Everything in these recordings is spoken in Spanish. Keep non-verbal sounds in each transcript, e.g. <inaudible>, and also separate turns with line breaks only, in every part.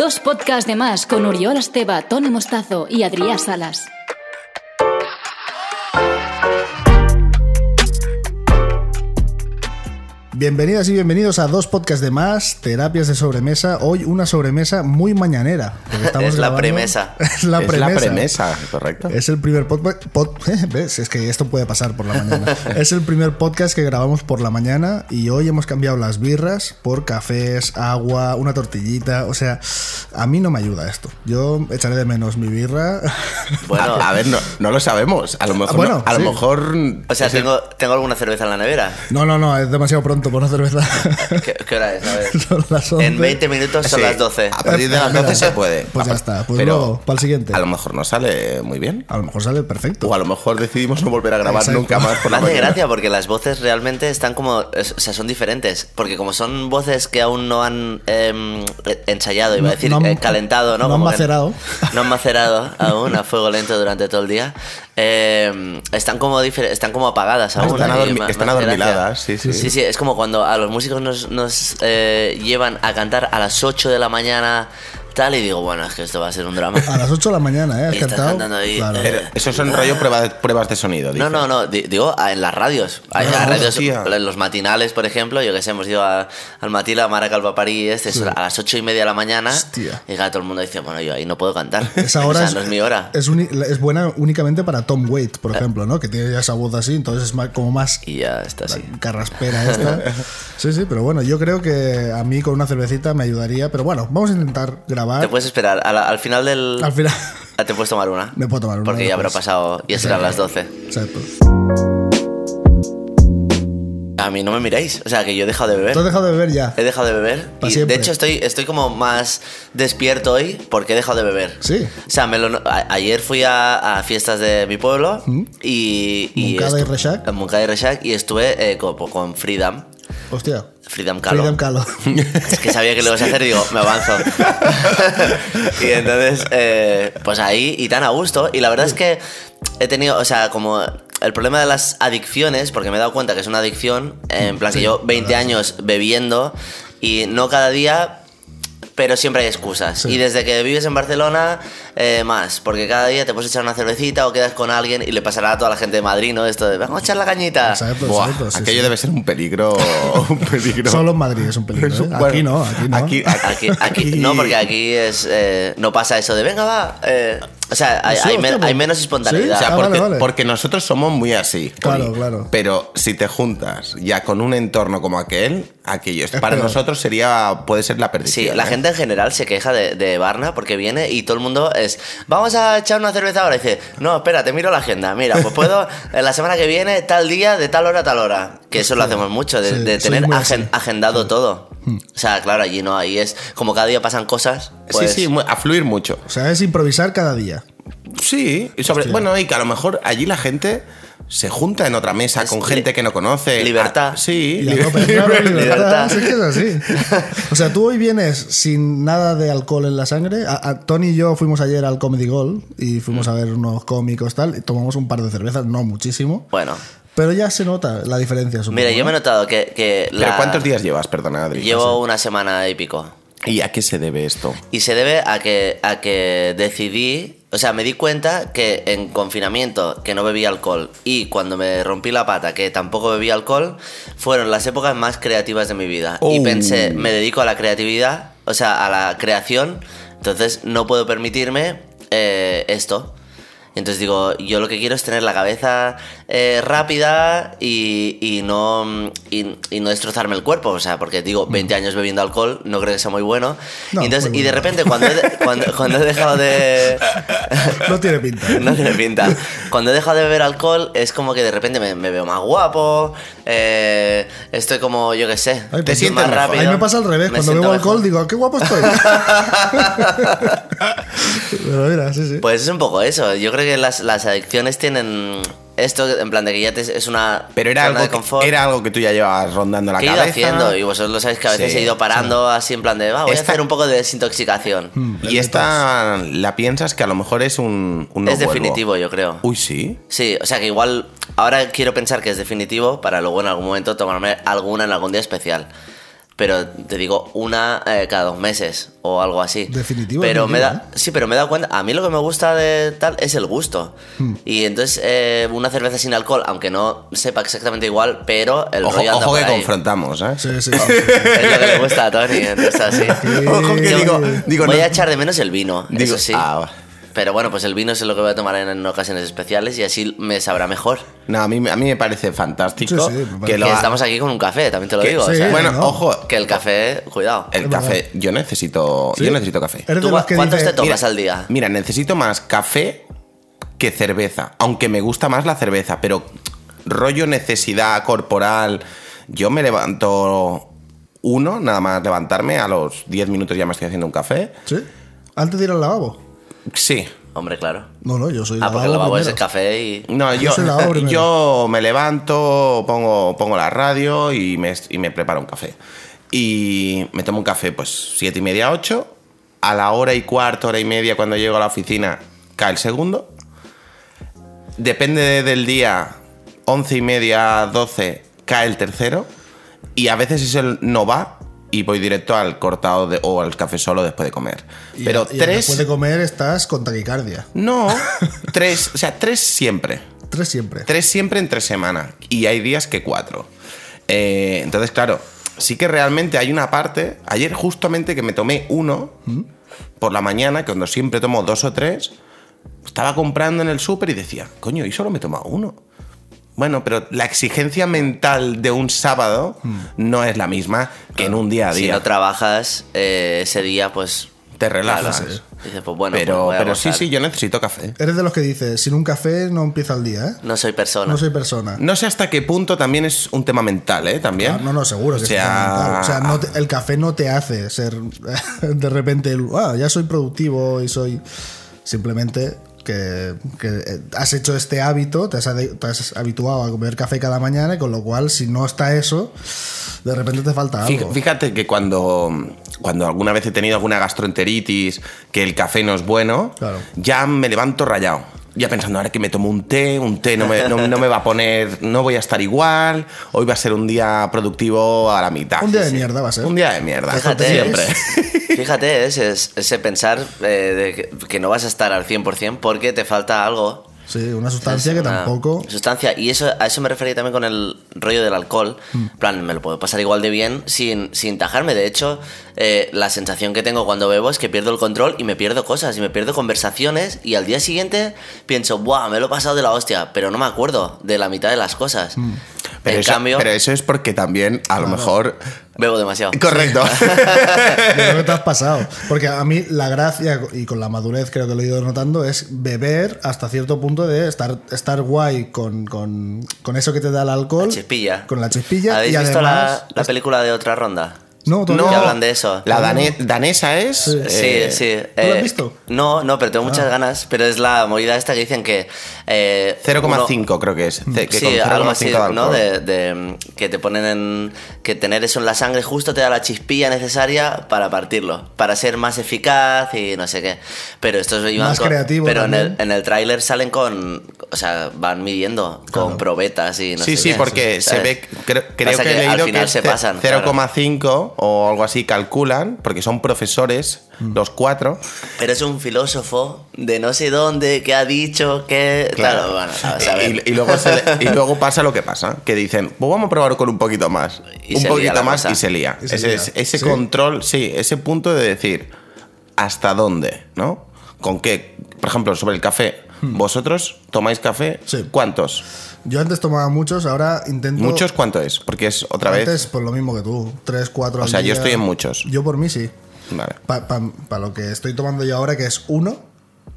Dos podcasts de más con Uriol Esteba, Tony Mostazo y Adrián Salas.
Bienvenidas y bienvenidos a dos podcasts de más, terapias de sobremesa. Hoy una sobremesa muy mañanera. porque estamos
Es la
grabando-
premisa.
<laughs> es la
es
premisa.
la premisa, correcto.
Es el primer podcast. <laughs> ¿Ves? Es que esto puede pasar por la mañana. es el primer podcast que grabamos por la mañana y hoy hemos cambiado las birras por cafés, agua, una tortillita. O sea, a mí no me ayuda esto. Yo echaré de menos mi birra. <laughs>
Bueno,
a, a ver, no, no lo sabemos. A lo mejor,
Ah, bueno,
no- a lo
sí.
mejor
o sea, tengo, tengo alguna cerveza en la nevera.
No, no, no, es demasiado pronto por una cerveza. <laughs>
¿Qué, qué hora es?
<laughs>
A ver.
Son las 11.
En 20 minutos son
Sí,
las 12.
A partir de las 12 se puede.
Pues ya está, pues
Pero
luego, para el siguiente.
a lo mejor no sale muy bien.
A lo mejor sale perfecto.
O a lo mejor decidimos no volver a grabar
Exacto.
nunca más
Me
por la
<laughs> hace
mañana.
gracia porque las voces realmente están como. es- O sea, son diferentes. Porque como son voces que aún no han em, eh, ensayado, iba
No-
a decir,
no han-
eh, calentado, ¿no?
no han
Como que
macerado.
No han macerado aún a fuego lento durante todo el día. em, están, como difer- están como apagadas aún.
Están
y
adormi-
me- me
están
hace gracia.
adormiladas, sí, sí.
Sí, sí, es como cuando a los músicos nos, nos, eh, llevan a cantar a las 8 de la mañana, tal, y digo, bueno, es que esto va a ser un
<laughs>
drama.
A las 8 de la mañana, ¿eh? Has
Y estás
cantado.
cantando ahí, Eh,
Claro.
Pero eso son rollo prueba de- pruebas de sonido.
No,
dice.
no, no, di- digo ah, en las radios. Hay
Ah,
las radios,
hostia.
en los matinales, por ejemplo, yo que sé, hemos ido a- al matil, a Maracalpaparí, este, es a las ocho y media de la mañana.
Hostia.
Y claro, todo el mundo dice, bueno, yo ahí no puedo cantar.
<laughs> Esa
O
hora
sea,
es,
no es mi hora. Eh.
Es, uni- es buena únicamente para Tom Waite, por ejemplo, ¿no? Que tiene ya esa voz así, entonces es más- como más
Y ya está así.
carraspera esta. Sí, sí, pero bueno, yo creo que a mí con una cervecita me ayudaría. Pero bueno, vamos a intentar
Te
grabar.
puedes esperar, a la- al final del.
Al final. <laughs>
Ah, Te puedes tomar una.
Me puedo tomar una
Porque ya habrá
después.
pasado, ya serán las 12.
Exacto.
A mí no me miréis, o sea, que yo he dejado de beber.
¿Tú has dejado de beber ya?
He dejado de beber.
Pa'
y de
siempre.
hecho estoy, estoy como más despierto hoy porque he dejado de beber.
Sí.
O sea, me lo- a- ayer fui a, a fiestas de mi pueblo y... y
Moncada y
estu-
Reixac.
en Moncada y Reixac y estuve eh, co- con, Freedom.
Hostia.
Freedom Calo.
Freedom
<laughs>
Kahlo.
Es que sabía que lo ibas a hacer y digo, me avanzo. <laughs> y entonces, eh, pues ahí y tan a gusto. Y la verdad es que he tenido, o sea, como el problema de las adicciones, porque me he dado cuenta que es una adicción, en plan que yo 20 años bebiendo y no cada día, pero siempre hay excusas.
Sí.
Y desde que vives en Barcelona, eh, más. Porque cada día te puedes echar una cervecita o quedas con alguien y le pasará a toda la gente de Madrid, ¿no? Esto de, vamos a echar la cañita.
Exacto,
Buah,
exacto, sí,
aquello
sí.
debe ser un peligro. <laughs> Un peligro.
Solo en Madrid es un
<laughs>
peligro. ¿eh?
Bueno,
aquí no, aquí no.
Aquí,
Aquí, aquí- no, porque aquí es eh, no pasa eso de venga va. eh, o sea, hay,
Sí,
hay men-
hostia, pues-
hay menos espontaneidad.
O sea,
Ah,
porque,
vale, vale.
porque nosotros somos muy así.
Claro,
Uri.
claro.
Pero si te juntas ya con un entorno como aquel, aquello es- para
peor.
nosotros sería puede ser la
Sí,
perdición.
la
¿eh?
gente en general se queja de, de Barna porque viene y todo el mundo es, vamos a echar una cerveza ahora. Y dice, no, espera, te miro la agenda. Mira, pues puedo <laughs> eh, la semana que viene, tal día, de tal hora a tal hora. Que eso lo hacemos mucho, de,
Sí,
de
soy
tener
muy
agen-
así. Hmm.
agendado todo. O sea, claro, allí no, ahí es como cada día pasan cosas. pues-
sí, sí, mu- a fluir mucho.
O sea, es improvisar cada día.
Sí, y sobre, bueno, y que a lo mejor allí la gente se junta en otra mesa
Es
con
li-
gente que no conoce.
libertad.
Ah, sí,
Y a
<laughs> li-
tope,
<laughs>
claro, libertad.
Libertad.
Sí que es
<laughs>
así. O sea, tú hoy vienes sin nada de alcohol en la sangre. A, a- Tony y yo fuimos ayer al Comedy Gold y
Mm.
fuimos a ver unos cómicos tal. Y tomamos un par de cervezas, no muchísimo.
Bueno,
Pero ya se nota la diferencia, supongo.
mira, yo me he
¿no?
notado que... que
¿Pero
la-
cuántos días llevas, perdona, Adri?
Llevo una semana y pico.
¿Y a qué se debe esto?
Y se debe a que, a que decidí, o sea, me di cuenta que en confinamiento, que no bebía alcohol, y cuando me rompí la pata, que tampoco bebía alcohol, fueron las épocas más creativas de mi vida. Y
Oh.
pensé, me dedico a la creatividad, o sea, a la creación, entonces no puedo permitirme eh, esto. Y entonces digo, yo lo que quiero es tener la cabeza eh, rápida y, y no, y, y no destrozarme el cuerpo. O sea, porque digo, 20 años bebiendo alcohol, no creo que sea muy bueno.
Mm. No,
y, entonces,
muy
y de
bueno.
repente, cuando he, cuando, cuando he
<laughs>
dejado de.
No tiene pinta. ¿eh?
No tiene pinta. Cuando he dejado de beber alcohol, es como que de repente me, me veo más guapo. eh, estoy como, yo qué sé.
Ay,
Te
pues,
sientes
más
mejor.
rápido.
A mí me pasa al revés.
Me
Cuando
siento
bebo
mejor.
alcohol digo, "Ah, qué guapo
<laughs>
estoy. Pero mira, sí, sí.
Pues es un poco eso. Yo creo que las, las adicciones tienen esto, en plan de que ya te- es una.
Pero era
zona
algo,
de confort.
que, era algo que tú ya llevabas rondando la
que he ido
cabeza.
haciendo, y vosotros lo sabéis que a veces
Sí,
he ido parando así en plan de, va, voy
Esta- Mm,
a hacer un poco de desintoxicación.
Y esta la piensas que a lo mejor es un, un no
es
vuelvo.
definitivo, yo creo.
Uy, sí.
Sí, o sea que igual ahora quiero pensar que es definitivo para luego en algún momento tomarme alguna en algún día especial. Pero te digo, una eh, cada dos meses o algo así.
Definitivo,
Pero me
definitivo, ¿eh?
da, sí, pero me he dado cuenta, a mí lo que me gusta de tal es el gusto.
Hmm.
Y entonces eh, una cerveza sin alcohol, aunque no sepa exactamente igual, pero el
Ojo,
rollo anda
ojo
por
que
ahí.
confrontamos, ¿eh?
Sí, sí, sí.
Es lo que le gusta a Tony, entonces así.
<laughs>
Ojo que
Yo
digo, digo
voy
no-
a echar de menos el vino,
Digo,
eso sí.
ah.
Pero bueno, pues el vino es lo que voy a tomar en, en ocasiones especiales y así me sabrá mejor.
No, a mí, a mí me parece fantástico
Sí, sí, me parece.
que lo
que
ha-
estamos aquí con un café, también te lo
que-
digo. o
sí,
sea,
bueno,
¿no?
ojo,
que el café, cuidado.
el café, yo necesito,
¿Sí?
yo necesito café.
Eres
¿Tú
de los que
cuántos
dice-
te tomas al día?
Mira, necesito más café que cerveza, aunque me gusta más la cerveza, pero rollo necesidad corporal, yo me levanto uno, nada más levantarme, a los 10 minutos ya me estoy haciendo un café.
¿Sí? Antes de ir al lavabo.
Sí.
Hombre, claro.
No, no, yo soy
Ah, porque el lavabo es el
primero.
café y.
No, yo,
se
<laughs>
la abre,
yo me levanto, pongo, pongo la radio y me, y me preparo un café. Y me tomo un café, pues siete y media, ocho. A la hora y cuarto, hora y media, cuando llego a la oficina, cae el segundo. Depende de- del día, once y media, doce, cae el tercero. Y a veces es el no va y voy directo al cortado de- o al café solo después de comer.
Y-
Pero
y
tres...
Después de comer estás con taquicardia. <laughs>
No, tres, o sea, tres siempre.
Tres siempre.
Tres siempre entre semana. Y hay días que cuatro. Eh, entonces, claro, sí que realmente hay una parte. Ayer, justamente, que me tomé uno por la mañana, que cuando siempre tomo dos o tres, estaba comprando en el súper y decía, coño, y solo me he tomado uno. Bueno, pero la exigencia mental de un sábado
Mm.
no es la misma que en un día a
Si
día.
no trabajas eh, ese día, pues.
Te relajas.
claro, Dices, pues bueno, pues
pero
voy a
pero sí,
gozar.
sí, yo necesito café.
Eres de los que dice, sin un café no empieza el día, ¿eh?
No soy persona.
No soy persona.
No sé hasta qué punto también es un tema mental, ¿eh? También.
Ah, No, no, seguro que
O
es fundamental.
sea,
O sea, no te- el café no te hace ser <laughs> de repente, el, ah, ya soy productivo y soy simplemente que, que, eh, has hecho este hábito, te has, ade- te has habituado a comer café cada mañana, y con lo cual si no está eso, de repente te falta
Fí-
algo.
Fíjate que cuando, cuando alguna vez he tenido alguna gastroenteritis, que el café no es bueno,
Claro.
ya me levanto rayado. Ya pensando, ahora que me tomo un té, un té no me, no- no me va a poner, no voy a estar igual, hoy va a ser un día productivo a la mitad.
Un día de mierda va a ser.
Un día de mierda,
Fíjate,
siempre.
<laughs> Fíjate ¿eh? ese, ese pensar eh, de que, que no vas a estar al 100% porque te falta algo.
Sí, una sustancia que
Es una
tampoco...
Sustancia. Y eso, a eso me refería también con el rollo del alcohol.
Mm.
En plan, me lo puedo pasar igual de bien sin, sin tajarme. De hecho, eh, la sensación que tengo cuando bebo es que pierdo el control y me pierdo cosas y me pierdo conversaciones. Y al día siguiente pienso, ¡buah! Me lo he pasado de la hostia, pero no me acuerdo de la mitad de las cosas.
<laughs>
Mm.
Pero
en
eso,
cambio,
pero eso es porque también, a lo mejor...
bebo demasiado.
Correcto. <laughs>
Yo creo que te has pasado. Porque a mí la gracia, y con la madurez creo que lo he ido notando, es beber hasta cierto punto de estar, estar guay con, con, con eso que te da el alcohol.
La chispilla.
Con la chispilla.
¿Habéis
y
visto la-
además,
la, película de otra ronda?
No,
Que
todavía
hablan de eso.
La dane- danesa es...
Sí,
eh,
sí.
¿tú lo has visto?
No, no, pero tengo
Ah.
muchas ganas. Pero es la movida esta que dicen que. eh,
0,5 creo que es. ce- que
sí,
con
algo así,
0,5 de
¿no?
alcohol.
De, de, mm, que te ponen en. Que tener eso en la sangre justo te da la chispilla necesaria para partirlo. Para ser más eficaz y no sé qué. Pero estos iban
Más
con-
creativo
Pero en el,
también.
en el tráiler salen con. O sea, van midiendo con probetas y no
sí,
sé
sí,
qué,
porque se
¿sabes?
ve, creo, creo
Pasa
que, he
al
leído
final
que este
se
ce-
pasan, claro.
0,5 o algo así calculan, porque son profesores,
Mm.
los cuatro.
Pero es un filósofo de no sé dónde que ha dicho que. Claro, bueno, a saber.
Eh, y, y luego
<laughs>
se le- y luego pasa lo que pasa, que dicen, pues vamos a probar con un poquito más,
Y
un
se lía
poquito
la
más
cosa.
y se lía.
Y se
ese
lía.
es- ese
Sí.
control, sí, ese punto de decir, ¿hasta dónde? ¿No? ¿Con qué? Por ejemplo, sobre el café. ¿Vosotros tomáis café?
Hmm. Sí.
¿Cuántos?
Yo antes tomaba muchos, ahora intento.
¿Muchos cuánto es? Porque es otra vez.
Antes, pues lo mismo que tú. Tres, cuatro.
O
al
sea, yo
día.
estoy en muchos.
Yo por mí sí.
Vale.
Para lo que estoy tomando yo ahora, que es uno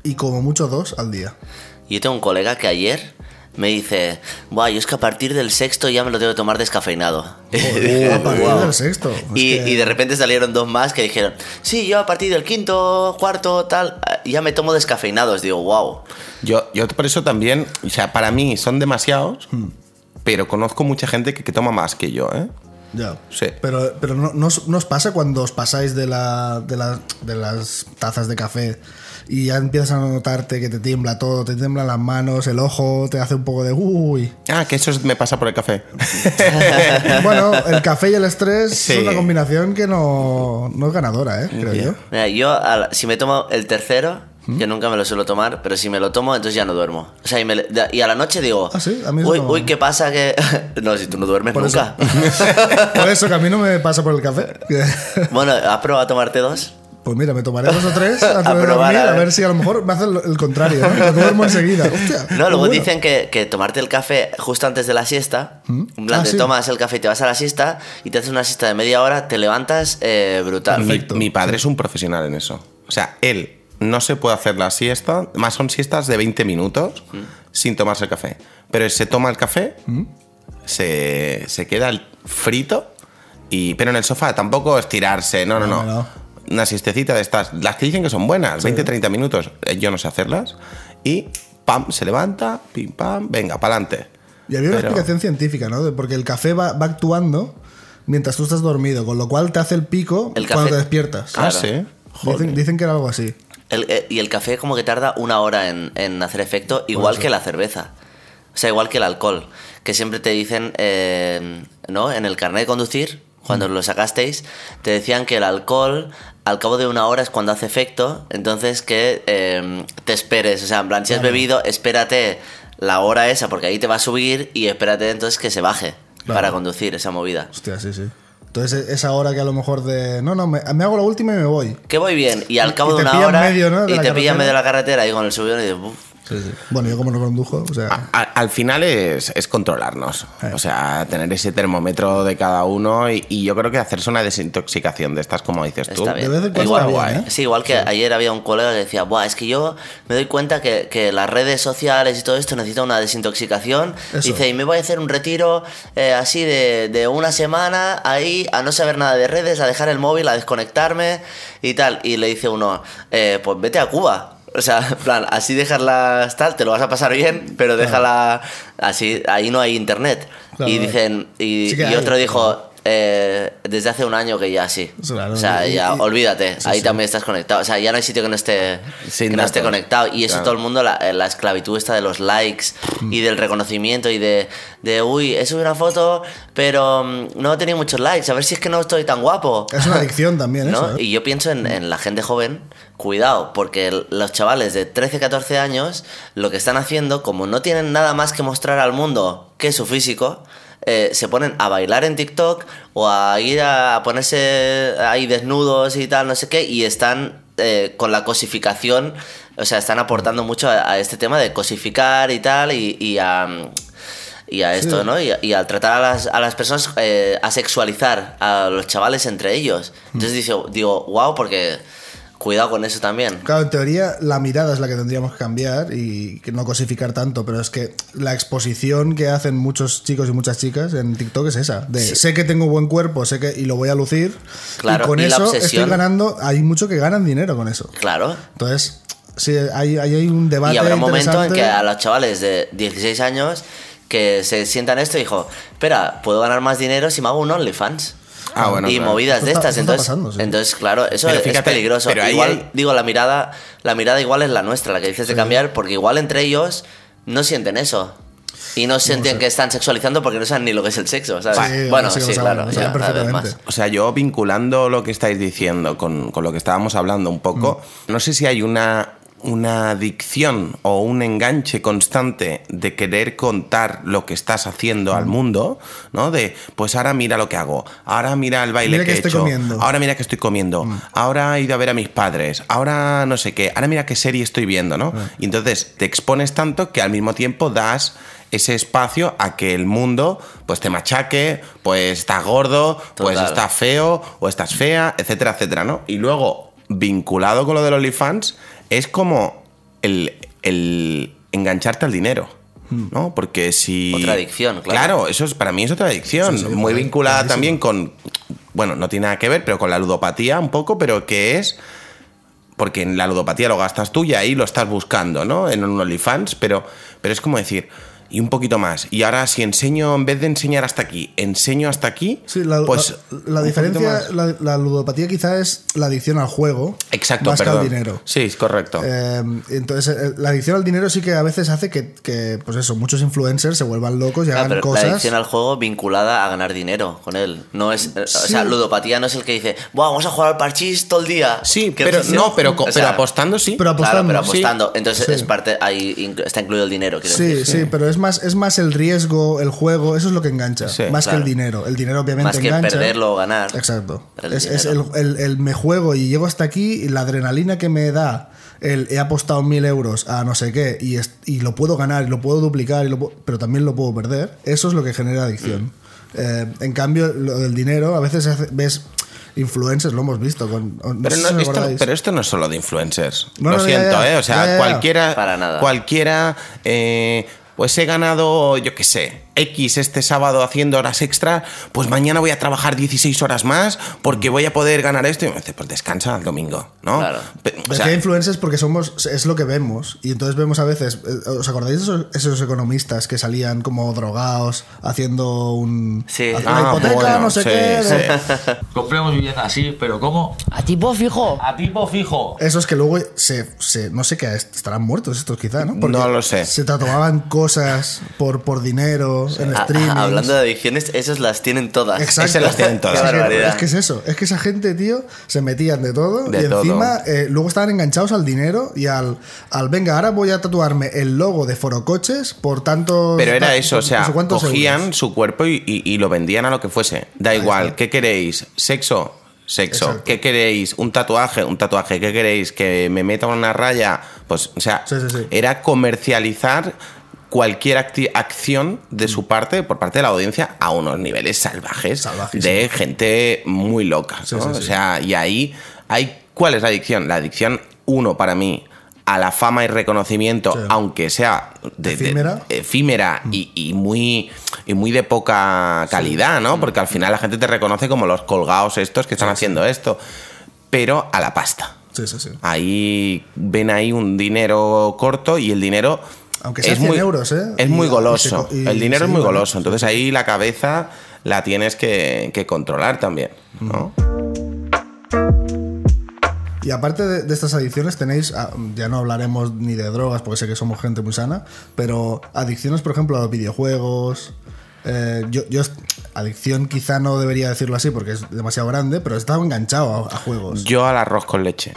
y como mucho dos al
<laughs>
día.
Yo tengo un colega que ayer me dice, guau, yo es que a partir del sexto ya me lo tengo que
<laughs>
tomar descafeinado.
Joder, a partir
Guau.
del sexto. Es
Y,
que-
y de repente salieron dos más que dijeron, sí, yo a partir del quinto, cuarto, tal, ah, ya me tomo descafeinados. Digo, wow.
Yo, yo por eso también, o sea, para mí son demasiados, pero conozco mucha gente que, que toma más que yo, ¿eh?
Ya.
Sí.
Pero, pero no, no os, no os pasa cuando os pasáis de, la, de, la- de las tazas de café y ya empiezas a notarte que te tiembla todo, te tiemblan las manos, el ojo, te hace un poco de
<laughs>
uy.
Ah, que eso es- me pasa por el café.
Bueno, el café y el estrés
Sí.
es una combinación que no, no es ganadora, ¿eh? creo yo.
Mira, yo al- si me tomo el tercero,
¿Mm?
que nunca me lo suelo tomar, pero si me lo tomo, entonces ya no duermo. O sea, y, me le- da- y a la noche digo,
Ah, sí, a mí eso
uy,
no.
uy, ¿qué pasa que...? <laughs> no, si tú no duermes
Por eso. <laughs>
nunca. <laughs>
Por eso que a mí no me pasa por el café. <laughs>
bueno, ¿has probado a tomarte dos?
Pues mira, me tomaré dos o tres antes
A
de
probar,
dormir,
a
a
ver.
ver si a lo mejor me hace el- el contrario, ¿no? Que duermo
<laughs>
enseguida. Hostia, qué
No, luego
bueno.
dicen que, que tomarte el café justo antes de la siesta, en plan,
Ah,
te
sí.
tomas el café y te vas a la siesta y te haces una siesta de media hora, te levantas eh, brutal.
Mi,
Perfecto.
mi padre es un profesional en eso. O sea, él no se puede hacer la siesta, más son siestas de 20 minutos sin tomarse el café. Pero se toma el café, se, se queda el frito, y, pero en el sofá tampoco estirarse, no, no,
No,
no.
no.
Una siestecita de estas, las que dicen que son buenas, 20-30 minutos, eh, yo no sé hacerlas, y pam, se levanta, pim, pam, venga, pa'lante.
Y había una
Pero-
explicación científica, ¿no? De- Porque el café va, va actuando mientras tú estás dormido, con lo cual te hace el pico
El
cuando
café-
te despiertas.
Ah,
Claro.
sí.
Dicen, dicen que era algo así.
El- eh, y el café como que tarda una hora en, en hacer efecto, igual que la cerveza. O sea, igual que el alcohol. Que siempre te dicen, eh, ¿no? En el carnet de conducir, cuando
Mm.
lo sacasteis, te decían que el alcohol al cabo de una hora es cuando hace efecto, entonces que eh, te esperes. O sea, en plan, si has bebido, espérate la hora esa, porque ahí te va a subir y espérate entonces que se baje
Claro.
para conducir esa movida.
Hostia, sí, sí. Entonces, e- esa hora que a lo mejor de. No, no, me, me hago la última y me voy.
Que voy bien, y
Y
al cabo
te
de una
pilla en
hora
medio, ¿no? de
y
la
te pilla en
carretera.
medio de la carretera y con el subidón y dices, "Buf".
Bueno, yo como no condujo, o sea.
A- al final es, es controlarnos,
Eh.
o sea, tener ese termómetro de cada uno y, y yo creo que hacerse una desintoxicación de estas, como dices tú.
Está bien.
de vez en cuando
Igual,
está bien,
guay.
¿eh?
Sí, igual que ayer había un colega que decía, Buah, es que yo me doy cuenta que, que las redes sociales y todo esto necesita una desintoxicación.
Eso.
Dice, y me voy a hacer un retiro eh, así de, de una semana ahí a no saber nada de redes, a dejar el móvil, a desconectarme y tal. Y le dice uno, "Eh, pues vete a Cuba. O sea, en plan, así dejarlas tal, te lo vas a pasar bien, pero déjala así, ahí no hay internet.
Claro,
y
claro.
dicen, y,
Sí que
y
hay,
otro dijo,
claro.
"Eh, desde hace un año que ya sí.
Claro,
o sea,
y-
ya
y-
olvídate,
sí,
ahí
sí.
también estás conectado. O sea, ya no hay sitio que no esté,
Sin
que no esté
datos.
conectado. Y eso
Claro.
todo el mundo, la, eh, la esclavitud esta de los likes y del reconocimiento y de, de, uy, he subido una foto, pero mm, no he tenido muchos likes, a ver si es que no estoy tan guapo.
Es una adicción también,
<laughs> ¿no?
eso. ¿eh?
Y yo pienso en, en la gente joven, cuidado, porque el- los chavales de 13, 14 años, lo que están haciendo, como no tienen nada más que mostrar al mundo que su físico, eh, se ponen a bailar en TikTok o a ir a, a ponerse ahí desnudos y tal, no sé qué, y están eh, con la cosificación, o sea, están aportando mucho a, a este tema de cosificar y tal, y, y a... mm, Y a esto, ¿no? Y, a- y al tratar a las, a las personas, eh, a sexualizar a los chavales entre ellos. Entonces digo, digo, wow, porque cuidado con eso también.
Claro, en teoría la mirada es la que tendríamos que cambiar y que no cosificar tanto, pero es que la exposición que hacen muchos chicos y muchas chicas en TikTok es esa, de sé que tengo buen cuerpo, sé que y lo voy a lucir
Claro,
y con
y la
eso estoy
obsesión.
ganando, hay muchos que ganan dinero con eso.
Claro.
Entonces, sí, hay, hay, hay un debate
Y habrá un momento en
interesante.
que a los chavales de 16 años que se sientan esto y dijo, espera, puedo ganar más dinero si me hago un OnlyFans.
Ah, bueno,
y
claro.
movidas
Eso
de
está-
estas,
eso está
entonces,
pasando, sí.
entonces claro, eso
Pero
es-
fíjate,
es peligroso.
pero ahí
igual,
hay-
digo, la mirada, la mirada igual es la nuestra, la que dices de cambiar, porque igual entre ellos no sienten eso. Y no sienten que están sexualizando porque no saben ni lo que es el sexo, ¿sabes?
Sí,
bueno,
sí
sí,
que lo saben,
claro,
lo saben
ya, cada vez
perfectamente.
más.
O sea, yo
Mm.
vinculando lo que estáis diciendo con, con lo que estábamos hablando un poco, no sé si hay una una adicción o un enganche constante de querer contar lo que estás haciendo
Mm.
al mundo, ¿no? De, pues ahora mira lo que hago, ahora mira el baile
Mira
que,
que
he
estoy
hecho,
comiendo.
ahora mira que estoy comiendo, ahora he ido a ver a mis padres, ahora no sé qué, ahora mira qué serie estoy viendo, ¿no? Y entonces te expones tanto que al mismo tiempo das ese espacio a que el mundo pues te machaque, pues estás gordo, pues
Total.
estás feo o estás fea, etcétera, etcétera, ¿no? Y luego, vinculado con lo del OnlyFans, es como el, el engancharte al dinero, ¿no? Porque si...
Otra adicción, claro.
Claro, eso es, para mí es otra adicción,
Sí, sí,
muy
claro,
vinculada
clarísimo.
también con... Bueno, no tiene nada que ver, pero con la ludopatía un poco, pero que es... Porque en la ludopatía lo gastas tú y ahí lo estás buscando, ¿no? En un OnlyFans, pero, pero es como decir... Y un poquito más. Y ahora si enseño, en vez de enseñar hasta aquí, enseño hasta aquí,
Sí, la,
pues...
la-
un
la
poquito
diferencia,
más.
la, la ludopatía quizá es la adicción al juego.
Exacto,
más que al
perdón.
dinero.
Sí, es correcto.
Eh, entonces, eh, la adicción al dinero sí que a veces hace que, que, pues eso, muchos influencers se vuelvan locos y
Ah,
hagan
pero la
cosas.
adicción al juego vinculada a ganar dinero con él. No es, eh, O sea,
Sí.
ludopatía no es el que dice, "Buah, vamos a jugar al parchís todo el día.
sí,
Qué
pero
obsesión".
no, pero, co-
O sea,
pero apostando sí.
pero
Claro, pero
apostando, sí.
apostando. Entonces
Sí.
es parte, ahí in- está incluido el dinero, quiero
Sí,
decir.
sí, pero es más, es más el riesgo, el juego, eso es lo que engancha,
Sí,
más que
claro.
el dinero. El dinero obviamente
Más que
engancha.
perderlo o ganar.
Exacto.
El
es es el,
dinero.
el- el me juego y llego hasta aquí y la adrenalina que me da el he apostado mil euros a no sé qué y, es- y lo puedo ganar y lo puedo duplicar, y lo pu- pero también lo puedo perder, eso es lo que genera adicción.
Mm.
Eh, en cambio, lo del dinero, a veces hace- ves influencers, lo hemos visto. Con, o- no
Pero,
sé
no-
si os
esto,
acordáis.
pero esto no es solo de influencers.
No,
Lo
no, ya,
siento,
ya.
¿eh? O sea,
Ya, ya, ya.
cualquiera.
Para nada.
Cualquiera. eh, pues he ganado, yo qué sé, X este sábado haciendo horas extra. Pues mañana voy a trabajar 16 horas más
Mm.
porque voy a poder ganar esto. Y me dice, pues descansa el domingo, ¿no?
Claro.
Pe- o
Decía
sea,
influencers porque somos, es lo que vemos. Y entonces vemos a veces, eh, ¿os acordáis de esos, esos economistas que salían como drogados haciendo un.
Sí.
haciendo una
Ah,
hipoteca,
bueno,
no sé
sí,
qué?
sí.
de-
Compremos vivienda así, pero ¿cómo?
A tipo fijo.
A tipo fijo.
Esos que luego se, se- No sé qué, estarán muertos estos quizá, ¿no?
No lo sé.
Se tatuaban cosas por, por dinero en
A- a-
streaming.
hablando de adicciones, esas las tienen todas.
Exacto.
Esas las tienen todas.
<laughs> Es que-
Qué barbaridad.
Es que es eso. Es que esa gente, tío, se metían de todo.
De
y
todo.
encima, eh, luego estaban enganchados al dinero y al, al venga, ahora voy a tatuarme el logo de Forocoches por tanto.
Pero era eso, o sea, cogían
Euros.
su cuerpo y, y- y lo vendían a lo que fuese. Da igual, ¿qué queréis? ¿Sexo? Sexo.
Exacto.
¿Qué queréis? ¿Un tatuaje? ¿Un tatuaje? ¿Qué queréis? ¿Que me meta una raya? Pues, o sea,
Sí, sí, sí.
era comercializar cualquier acti- acción de
Mm.
su parte, por parte de la audiencia, a unos niveles salvajes
Salvajes,
de gente muy loca.
Sí,
¿no?
sí,
O
sí.
sea, y ahí hay. ¿Cuál es la adicción? La adicción, uno, para mí, a la fama y reconocimiento,
Sí.
aunque sea de- de-
Efímera.
efímera y, y muy, y muy de poca calidad, ¿no? Porque al final la gente te reconoce como los colgados estos que están haciendo esto, pero a la pasta.
Sí, sí, sí.
Ahí ven ahí un dinero corto y el dinero
Aunque sea 100 euros, ¿eh?
es
Y-
muy
y
goloso.
se co- y
el dinero
se
es muy
llevan.
goloso. Entonces ahí la cabeza la tienes que, que controlar también, ¿no?
Y aparte de, de estas adicciones tenéis, ah, ya no hablaremos ni de drogas porque sé que somos gente muy sana, pero adicciones, por ejemplo, a los videojuegos. eh, yo, yo est- adicción quizá no debería decirlo así porque es demasiado grande, pero he estado enganchado a, a juegos.
Yo al arroz con leche.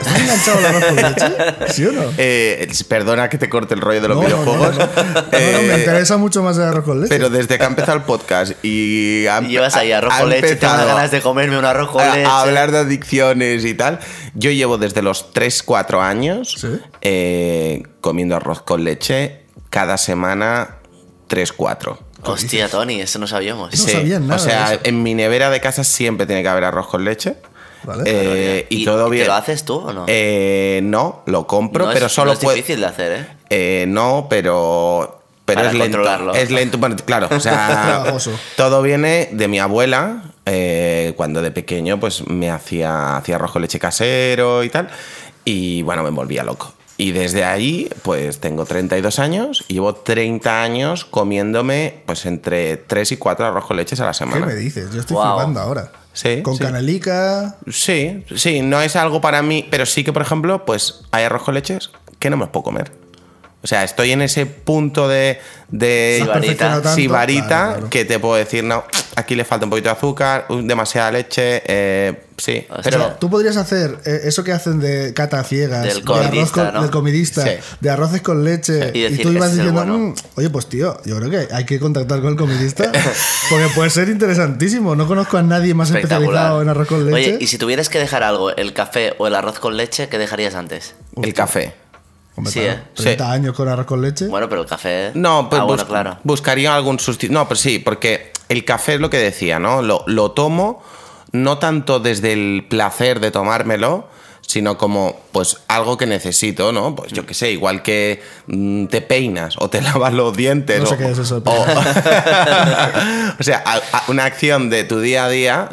¿Estás enganchado al arroz con
<laughs>
leche? ¿Sí o no?
Eh, perdona que te corte el rollo de los
No, no,
videojuegos.
No, no, no. No, no,
Eh,
me interesa mucho más el arroz con leche.
Pero desde que ha empezado el podcast y... ha-
Y llevas ahí arroz
ha
con leche, tengo unas
empezado
ganas de comerme un arroz con
a-
leche.
A hablar de adicciones y tal. Yo llevo desde los 3, 4 años
Sí.
eh, comiendo arroz con leche cada semana 3, 4.
Hostia, Tony, eso no sabíamos.
No sabía nada
o
de
sea,
eso.
en mi nevera de casa siempre tiene que haber arroz con leche.
Vale.
Eh, y, todo bien.
¿Te lo haces tú o no?
Eh, no, lo compro,
No es-
pero solo
no es
puedo-
difícil de hacer, ¿eh?
eh, no, pero. Pero
Para
es lento.
controlarlo.
Es lento, bueno, claro. O sea,
<laughs> Trabajoso.
todo viene de mi abuela, eh, cuando de pequeño, pues me hacía, hacía arroz con leche casero y tal. Y bueno, me volvía loco. Y desde ahí, pues tengo 32 años y llevo 30 años comiéndome, pues entre 3 y 4 arroz con leches a la
¿Qué
semana.
me dices? Yo estoy
Wow.
flipando ahora.
Sí,
Con
sí.
canalica.
Sí, sí, no es algo para mí, pero sí que, por ejemplo, pues hay arroz con leches que no me los puedo comer. O sea, estoy en ese punto de, de
Sibarita.
perfeccionado tanto,
sibarita
claro, claro.
que te puedo decir, no, aquí le falta un poquito de azúcar, uh, demasiada leche, eh, sí,
O sea,
pero...
O sea, tú podrías hacer eh, eso que hacen de cata ciegas,
Del
de arroz
comidista,
con-
¿no?
del comidista,
Sí.
de arroces con leche,
Y
y,
decir,
tú ibas
"Este es el
diciendo,
bueno".
"Mm, oye, pues tío, yo creo que hay que contactar con el
<laughs>
comidista porque puede ser interesantísimo. No conozco a nadie más especializado en arroz con leche.
Oye, y si tuvieras que dejar algo, el café o el arroz con leche, ¿qué dejarías antes?
El café.
Hombre,
sí,
claro,
eh.
30
Sí.
años con arroz con leche.
Bueno, pero el café.
No, pues
ah, bueno,
bus-
claro.
buscaría algún sustituto. No, pero sí, porque el café es lo que decía, ¿no? Lo, lo tomo no tanto desde el placer de tomármelo, sino como pues algo que necesito, ¿no? Pues yo qué sé, igual que mm, te peinas o te <laughs> lavas los dientes.
No sé
o,
qué es eso,
O,
pero-
<laughs> o sea, a- a- una acción de tu día a día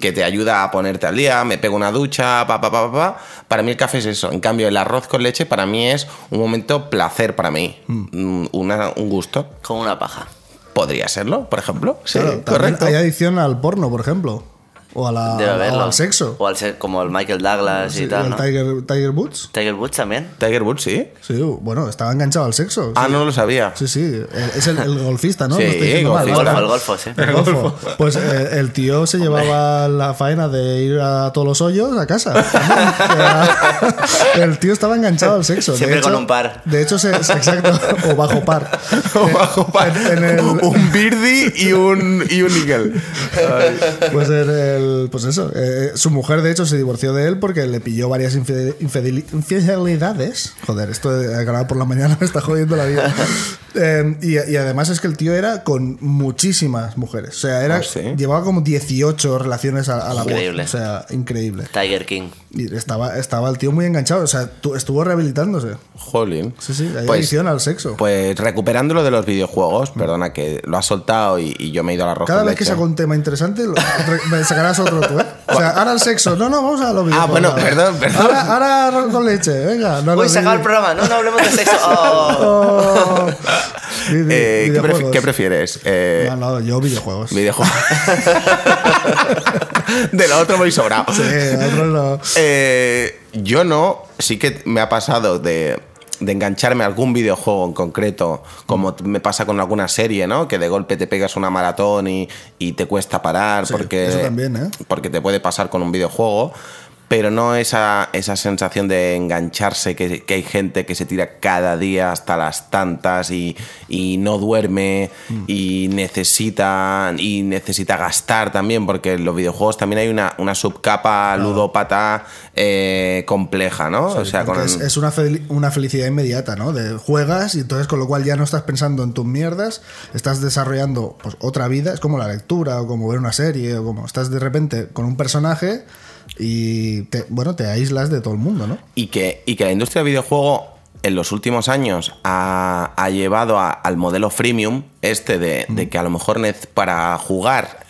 que te ayuda a ponerte al día, me pego una ducha, pa, pa, pa, pa, pa. Para mí el café es eso. En cambio, el arroz con leche para mí es un momento placer para mí. Mm, una- un gusto.
Con una paja.
Podría serlo, por ejemplo. Sí,
Claro, también
correcto.
Hay adicción al porno, por ejemplo, o, a la,
Debe
Ah, o
haberlo.
al sexo.
O al ser como el Michael Douglas
Sí,
y
el
tal, ¿no?
Tiger, Tiger Woods.
Tiger Woods también.
Tiger Woods, sí.
Sí, bueno, estaba enganchado al sexo.
Ah,
sí.
no lo sabía. <laughs>
Sí, sí, el- es el, el golfista, ¿no?
Sí,
No estoy diciendo mal,
golfista.
¿verdad?
Golfo, el golfo, sí.
El golfo. Pues eh, el tío se llevaba la faena de ir a todos los hoyos a casa. el tío estaba enganchado al sexo. De
Siempre
hecho-
con un par.
De hecho, se, se- exacto, o bajo par.
O bajo pa-
En- en el-
Un birdie y un, y un
<laughs>
eagle.
Pues, en el- pues eso, eh, su mujer de hecho se divorció de él porque le pilló varias infide- infideli- infidelidades. Joder, esto de acabar por la mañana me está jodiendo la
<laughs>
vida. Eh, y, y además es que el tío era con muchísimas mujeres. O sea, era,
Ah, sí.
llevaba como 18 relaciones a, a la vez.
Increíble.
O sea, increíble.
Tiger King.
Y estaba, estaba el tío muy enganchado. O sea, tu- estuvo rehabilitándose.
Jolín.
Sí, sí, hay
Pues-
adicción al sexo.
Pues recuperando lo de los videojuegos, perdona que lo has soltado y, y yo me he ido a la roja.
Cada vez que saco un tema interesante, lo- re- me sacarás otro tú, ¿eh? O sea, ahora el sexo. No, no, vamos a lo mismo.
Ah, bueno,
ahora.
perdón, perdón.
Ahora, ahora arroz con leche, venga. No
Uy,
no,
se acaba
di-
el programa. No, no hablemos de
<laughs>
sexo. Oh.
Oh, <laughs> di- di-
Eh, ¿qué, pref-
videojuegos.
qué prefieres? Eh,
No, no, yo videojuegos. <laughs>
videojuegos. <laughs> de lo otro voy sobrado.
Sí, otro no.
Eh, yo no, sí que me ha pasado de, de engancharme a algún videojuego en concreto, como t- me pasa con alguna serie, ¿no? Que de golpe te pegas una maratón y, y te cuesta parar
Sí,
porque,
eso también, ¿eh?
porque te puede pasar con un videojuego. Pero no esa, esa sensación de engancharse, que, que hay gente que se tira cada día hasta las tantas y, y no duerme
Mm.
y, necesita, y necesita gastar también, porque en los videojuegos también hay una, una subcapa ludópata eh, compleja, ¿no? o sea, con
Porque es, es una, fel- una felicidad inmediata, ¿no? De juegas y entonces con lo cual ya no estás pensando en tus mierdas, estás desarrollando pues, otra vida, es como la lectura o como ver una serie o como estás de repente con un personaje y te, bueno, te aíslas de todo el mundo, ¿no?
Y que, y que la industria del videojuego en los últimos años ha, ha llevado a- al modelo freemium, este de, de que a lo mejor nec- para jugar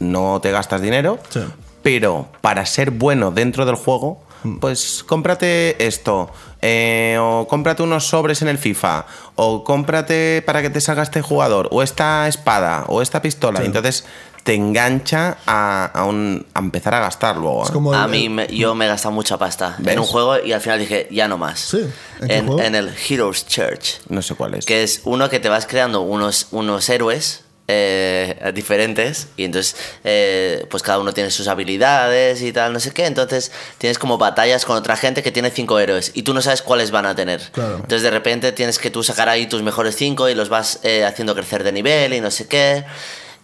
no te gastas dinero,
Sí.
pero para ser bueno dentro del juego, pues cómprate esto, eh, o cómprate unos sobres en el FIFA, o cómprate para que te salga este jugador, o esta espada, o esta pistola. Y entonces te engancha a, a un- a empezar a gastar luego.
Es
¿eh?
como
A
el-
mí me- yo me he gastado mucha pasta
¿Ves?
en un juego y al final dije, ya no más.
Sí, ¿en qué
en,
juego?
en el Heroes Church.
No sé cuál es.
Que es uno que te vas creando unos, unos héroes eh, diferentes y entonces eh, pues cada uno tiene sus habilidades y tal, no sé qué. Entonces tienes como batallas con otra gente que tiene cinco héroes y tú no sabes cuáles van a tener.
Claro.
Entonces de repente tienes que tú sacar ahí tus mejores cinco y los vas eh, haciendo crecer de nivel y no sé qué.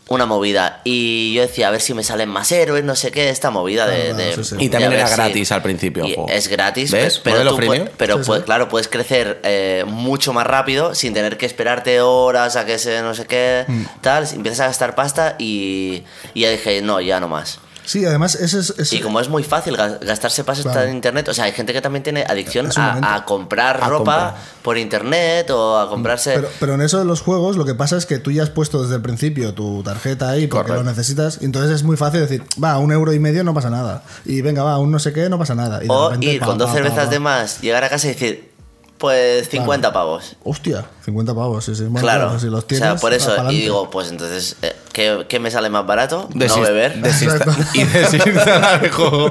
Una movida. Y yo decía, a ver si me salen más héroes, no sé qué, esta movida de...
Ah,
de-
sí, sí.
Y
de
también
a
era
ver si-
gratis al principio el
y
juego.
Es gratis,
¿Ves?
pe- pero,
Modelo
tú pu-
freemium.
pero
Sí,
pu-
sí.
claro, puedes crecer eh, mucho más rápido sin tener que esperarte horas a que se no sé qué,
Mm.
tal. Empiezas a gastar pasta y, y ya dije, no, ya no más.
Sí, además ese es... ese-
Y como es muy fácil ga- gastarse pasta
Claro.
en internet, o sea, hay gente que también tiene adicción
Es un momento.
a, a comprar
A
ropa
comprar.
por internet o a comprarse.
Pero, pero en eso de los juegos, lo que pasa es que tú ya has puesto desde el principio tu tarjeta ahí porque
Correcto.
lo necesitas. y Entonces es muy fácil decir, va, un euro y medio no pasa nada. Y venga, va, un no sé qué no pasa nada. Y de
o
repente,
ir
pa,
con
pa,
dos
pa,
cervezas
pa.
de más, llegar a casa y decir, pues 50 pavos.
Hostia, 50 pavos, sí, sí. Bueno, pues
claro,
si los
o
tienes,
sea, por
va
eso,
pa'lante.
y digo, pues entonces eh, ¿qué, qué me sale más barato? no
Desinst-
beber.
desinsta- <laughs> y desinstalar el juego.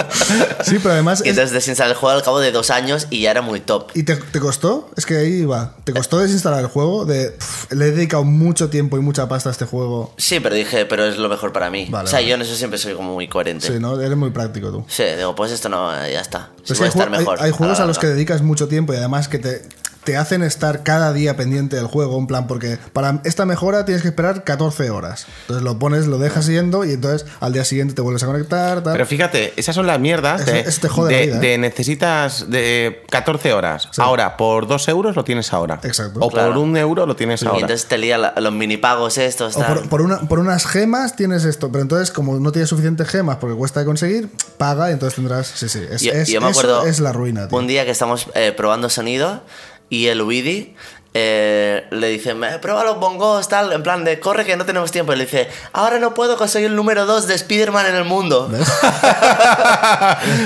Sí, pero además. es-
Y entonces desinstalé el juego al cabo de dos años y ya era muy top.
¿Y te, te costó? Es que ahí va. ¿Te costó desinstalar el juego? De, pff, le he dedicado mucho tiempo y mucha pasta a este juego.
Sí, pero dije, pero es lo mejor para mí.
Vale,
o sea,
vale.
yo en eso siempre soy como muy coherente.
Sí,
Sí,
¿no? Eres muy práctico tú.
digo, pues esto no, ya está.
Pero
Sí,
es que
voy a
Pues hay,
estar
ju- hay-
mejor.
hay juegos a los que
larga.
dedicas mucho tiempo y además que te, te hacen estar cada día pendiente del juego, en plan, porque para esta mejora tienes que esperar 14 horas. Entonces lo pones, lo dejas
Mm.
yendo y entonces al día siguiente te vuelves a conectar. tal.
Pero fíjate, esas son las mierdas
Eso-
de,
eso te jode
de-
la vida, ¿eh?
de necesitas de 14 horas.
Sí.
Ahora, por 2 euros lo tienes ahora.
Exacto.
O por
Claro.
1 euro lo tienes
Y
ahora. <laughs>
entonces te lía la- los minipagos estos.
o
tal.
por, por una- por unas gemas tienes esto, pero entonces como no tienes suficientes gemas porque cuesta de conseguir, paga y entonces tendrás... Sí, sí, es,
Yo-
es-
yo me
eso
acuerdo
es la ruina. tío.
Un día que estamos eh, probando sonido y el Widi eh, le dice, "Me- prueba los bongos, tal, en plan de, corre que no tenemos tiempo. Y le dice, ahora no puedo, que soy el número 2 de Spider-Man en el mundo.
Es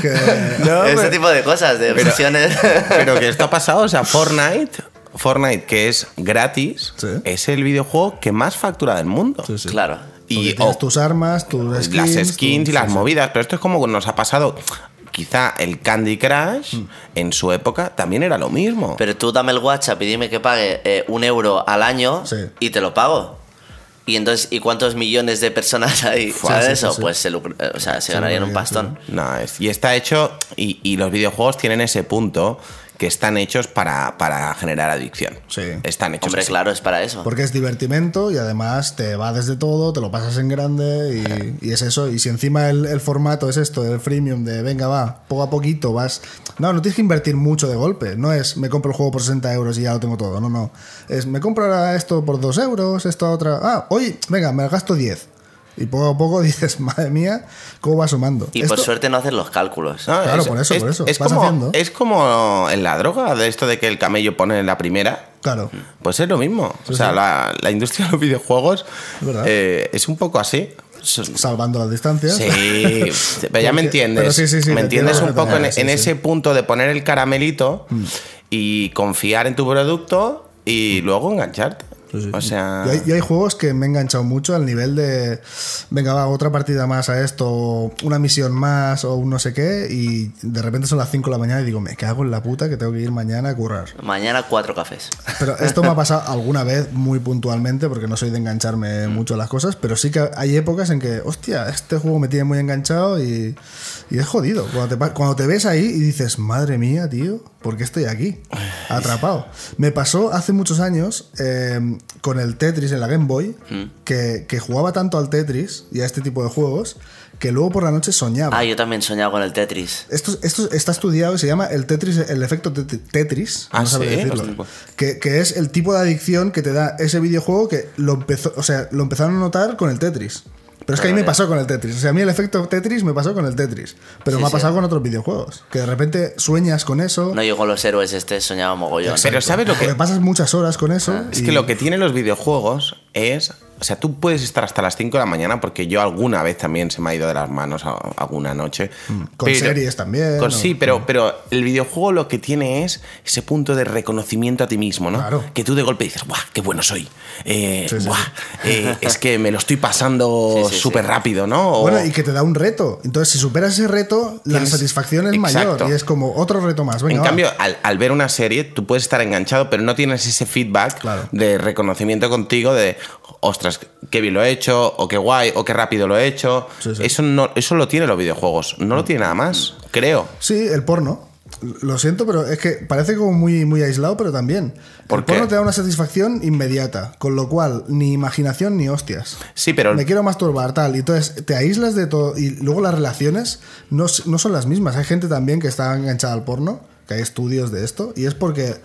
que-
<laughs> Ese tipo de cosas, de obsesiones.
Pero que esto ha pasado, o sea, Fortnite, Fortnite que es gratis,
Sí.
es el videojuego que más factura del mundo.
Claro.
Y
Porque tienes
o-
tus armas, tus skins,
las skins
tu-
y las
sí, sí.
movidas, pero esto es como nos ha pasado. Quizá el Candy Crush
Mm.
en su época también era lo mismo.
Pero tú dame el WhatsApp y dime que pague eh, un euro al año
Sí.
y te lo pago. Y entonces, ¿y cuántos millones de personas <laughs> hay? ¿Sabes
sí, sí,
eso?
sí.
Pues se, lucra- eh, o sea, se ganarían un
ganaría,
pastón.
No, es- y está hecho, y, y los videojuegos tienen ese punto que están hechos para, para generar adicción.
Sí.
Están hechos
Hombre,
así.
claro, es para eso.
Porque es divertimento y además te va desde todo, te lo pasas en grande y, y es eso. Y si encima el, el formato es esto, el freemium de venga, va, poco a poquito vas. No, no tienes que invertir mucho de golpe. No es me compro el juego por 60 euros y ya lo tengo todo. No, no. Es me compro ahora esto por 2 euros, esto otra. Ah, hoy, venga, me gasto 10. Y poco a poco <laughs> dices, madre mía, ¿cómo va sumando?
Y
Esto- Ah.
por suerte no haces los cálculos.
No,
Claro, por eso, por eso.
Es
Vas
como,
haciendo.
es como en la droga, de esto de que el camello pone en la primera.
Claro.
Pues es lo mismo.
Sí,
o sea,
sí.
la, la industria de los videojuegos
Es verdad.
eh, es un poco así. Son-
Salvando las distancias.
Sí, <laughs> pero ya me
Porque-
entiendes.
pero sí, sí, sí, te
me entiendes
entiendo
un poco en,
perfectamente,
en
sí, sí. Mm.
ese punto de poner el caramelito y confiar en tu producto y luego engancharte. O sea,
Mm. Y hay, y hay juegos que me he enganchado mucho al nivel de, venga, va, otra partida más a esto, o una misión más o un no sé qué, y de repente son las 5 de la mañana y digo, me cago en la puta que tengo que ir mañana a currar.
Mañana cuatro cafés.
Pero esto me ha pasado alguna vez muy puntualmente, porque no soy de engancharme mucho a las cosas, pero sí que hay épocas en que, hostia, este juego me tiene muy enganchado y, y es jodido. Cuando te, pa- cuando te ves ahí y dices, madre mía, tío, ¿por qué estoy aquí? Atrapado. Me pasó hace muchos años eh, con el Tetris en la Game Boy, que, que jugaba tanto al Tetris y a este tipo de juegos, que luego por la noche soñaba.
Ah, yo también soñaba con el Tetris.
Esto, esto está estudiado y se llama el Tetris, el efecto Tet- Tetris.
Ah,
no sabré
¿sí?
decirlo.
Hostia, pues.
Que, que es el tipo de adicción que te da ese videojuego que lo empezó, o sea, lo empezaron a notar con el Tetris. Pero es que a mí me pasó con el Tetris. O sea, a mí el efecto Tetris me pasó con el Tetris. Pero
Sí,
me ha
sí.
pasado con otros videojuegos. Que de repente sueñas con eso.
No, yo con los héroes este soñaba mogollón.
pero ¿sabes
<laughs>
lo
porque
que Ah,
pasas muchas horas con eso.
es?
y-
Que lo que tienen los videojuegos es. O sea, tú puedes estar hasta las 5 de la mañana porque yo alguna vez también se me ha ido de las manos a- alguna noche.
Mm. Con series también,
con-
o-
sí, pero, pero el videojuego lo que tiene es ese punto de reconocimiento a ti mismo, ¿no?
Claro.
Que tú de golpe dices, ¡guau, qué bueno soy! Eh,
Sí, sí,
"Buah,
sí.
eh, es que me lo estoy pasando
<laughs> Sí, sí,
súper
sí.
rápido, ¿no? O-
Bueno, y que te da un reto. Entonces, si superas ese reto, la
Tienes-
satisfacción es mayor.
Exacto.
Y es como otro reto más. Venga,
en
va.
cambio, al, al ver una serie, tú puedes estar enganchado, pero no tienes ese feedback
Claro.
de reconocimiento contigo de, ostras, qué bien lo he hecho, o qué guay, o qué rápido lo he hecho.
Sí, Mm. sí.
Eso, no, eso lo tienen los videojuegos, no lo tiene nada más, creo.
Sí, el porno. Lo siento, pero es que parece como muy, muy aislado, pero también.
¿Por
el
qué?
porno te da una satisfacción inmediata, con lo cual ni imaginación ni hostias.
Sí, pero...
Me quiero masturbar, tal. Y entonces te aíslas de todo. Y luego las relaciones no, s- no son las mismas. Hay gente también que está enganchada al porno, que hay estudios de esto, y es porque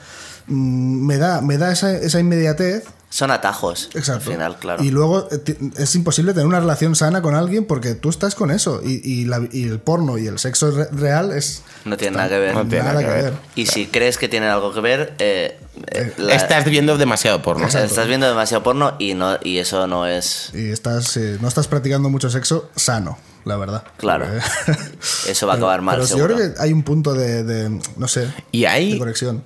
mm, me da, me da esa, esa inmediatez.
Son atajos.
Exacto.
Al final, claro.
Y luego eh, ti- es imposible tener una relación sana con alguien porque tú estás con eso. Y, y la- y el porno y el sexo re- real es.
No tiene nada que ver.
No tiene
nada que ver.
Y si crees que tiene algo que ver, eh, eh, la-
Estás viendo demasiado porno.
o sea, estás viendo demasiado porno y no y eso no es.
y estás eh, no estás practicando mucho sexo sano, la verdad.
Claro.
Eh,
Eso va a acabar mal,
pero
seguro.
yo creo que hay un punto de, de, no sé,
Y
de
ahí
conexión.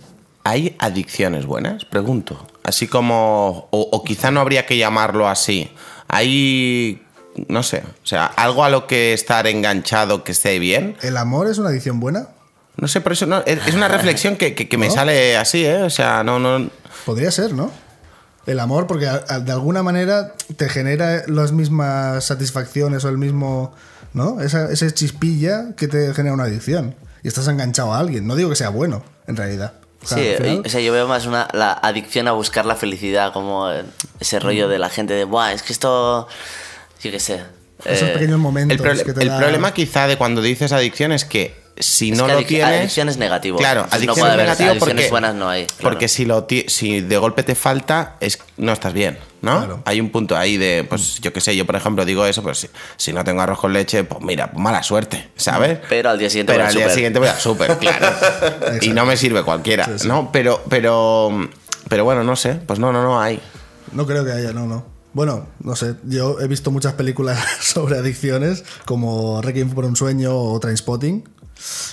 ¿Hay adicciones buenas? Pregunto. Así como, o, o quizá no habría que llamarlo así. Hay, no sé, o sea, algo a lo que estar enganchado que esté bien.
¿El amor es una adicción buena?
No sé, pero eso no, es es una reflexión que, que- que
<laughs>
me sale así, ¿eh? O sea, no, no...
Podría ser, ¿no? El amor, porque a- a- de alguna manera te genera las mismas satisfacciones o el mismo. ¿No? Esa, ese chispilla que te genera una adicción. Y estás enganchado a alguien. No digo que sea bueno, en realidad. O sea,
Sí,
al final-
o sea, yo veo más una, la adicción a buscar la felicidad, como eh,
Mm.
ese rollo de la gente de, Buah, es que esto, yo qué sé.
esos
eh,
pequeños momentos
El, proble-
que te
el
da-
problema quizá de cuando dices adicción es que si
es
no
que
lo
adic-
tienes...
Adicción es negativo.
Claro,
Entonces,
adicción
no puede
es
haber
negativo
adicciones
porque,
buenas no hay. claro.
porque si, lo ti- si de golpe te falta, es, no estás bien, ¿no?
Claro. Mm.
Hay un punto ahí de, pues yo qué sé, yo por ejemplo digo eso, pues si, si no tengo arroz con leche, pues mira, pues, mala suerte, ¿sabes?
Mm. Pero al día siguiente
Pero
voy al
al día
súper.
siguiente voy al
<laughs>
súper, claro. y no me sirve cualquiera,
Sí, sí.
¿no? Pero, pero, pero bueno, no sé, pues no, no, no hay.
No creo que haya, no, no. Bueno, no sé, yo he visto muchas películas <laughs> sobre adicciones, como Requiem por un sueño o Trainspotting.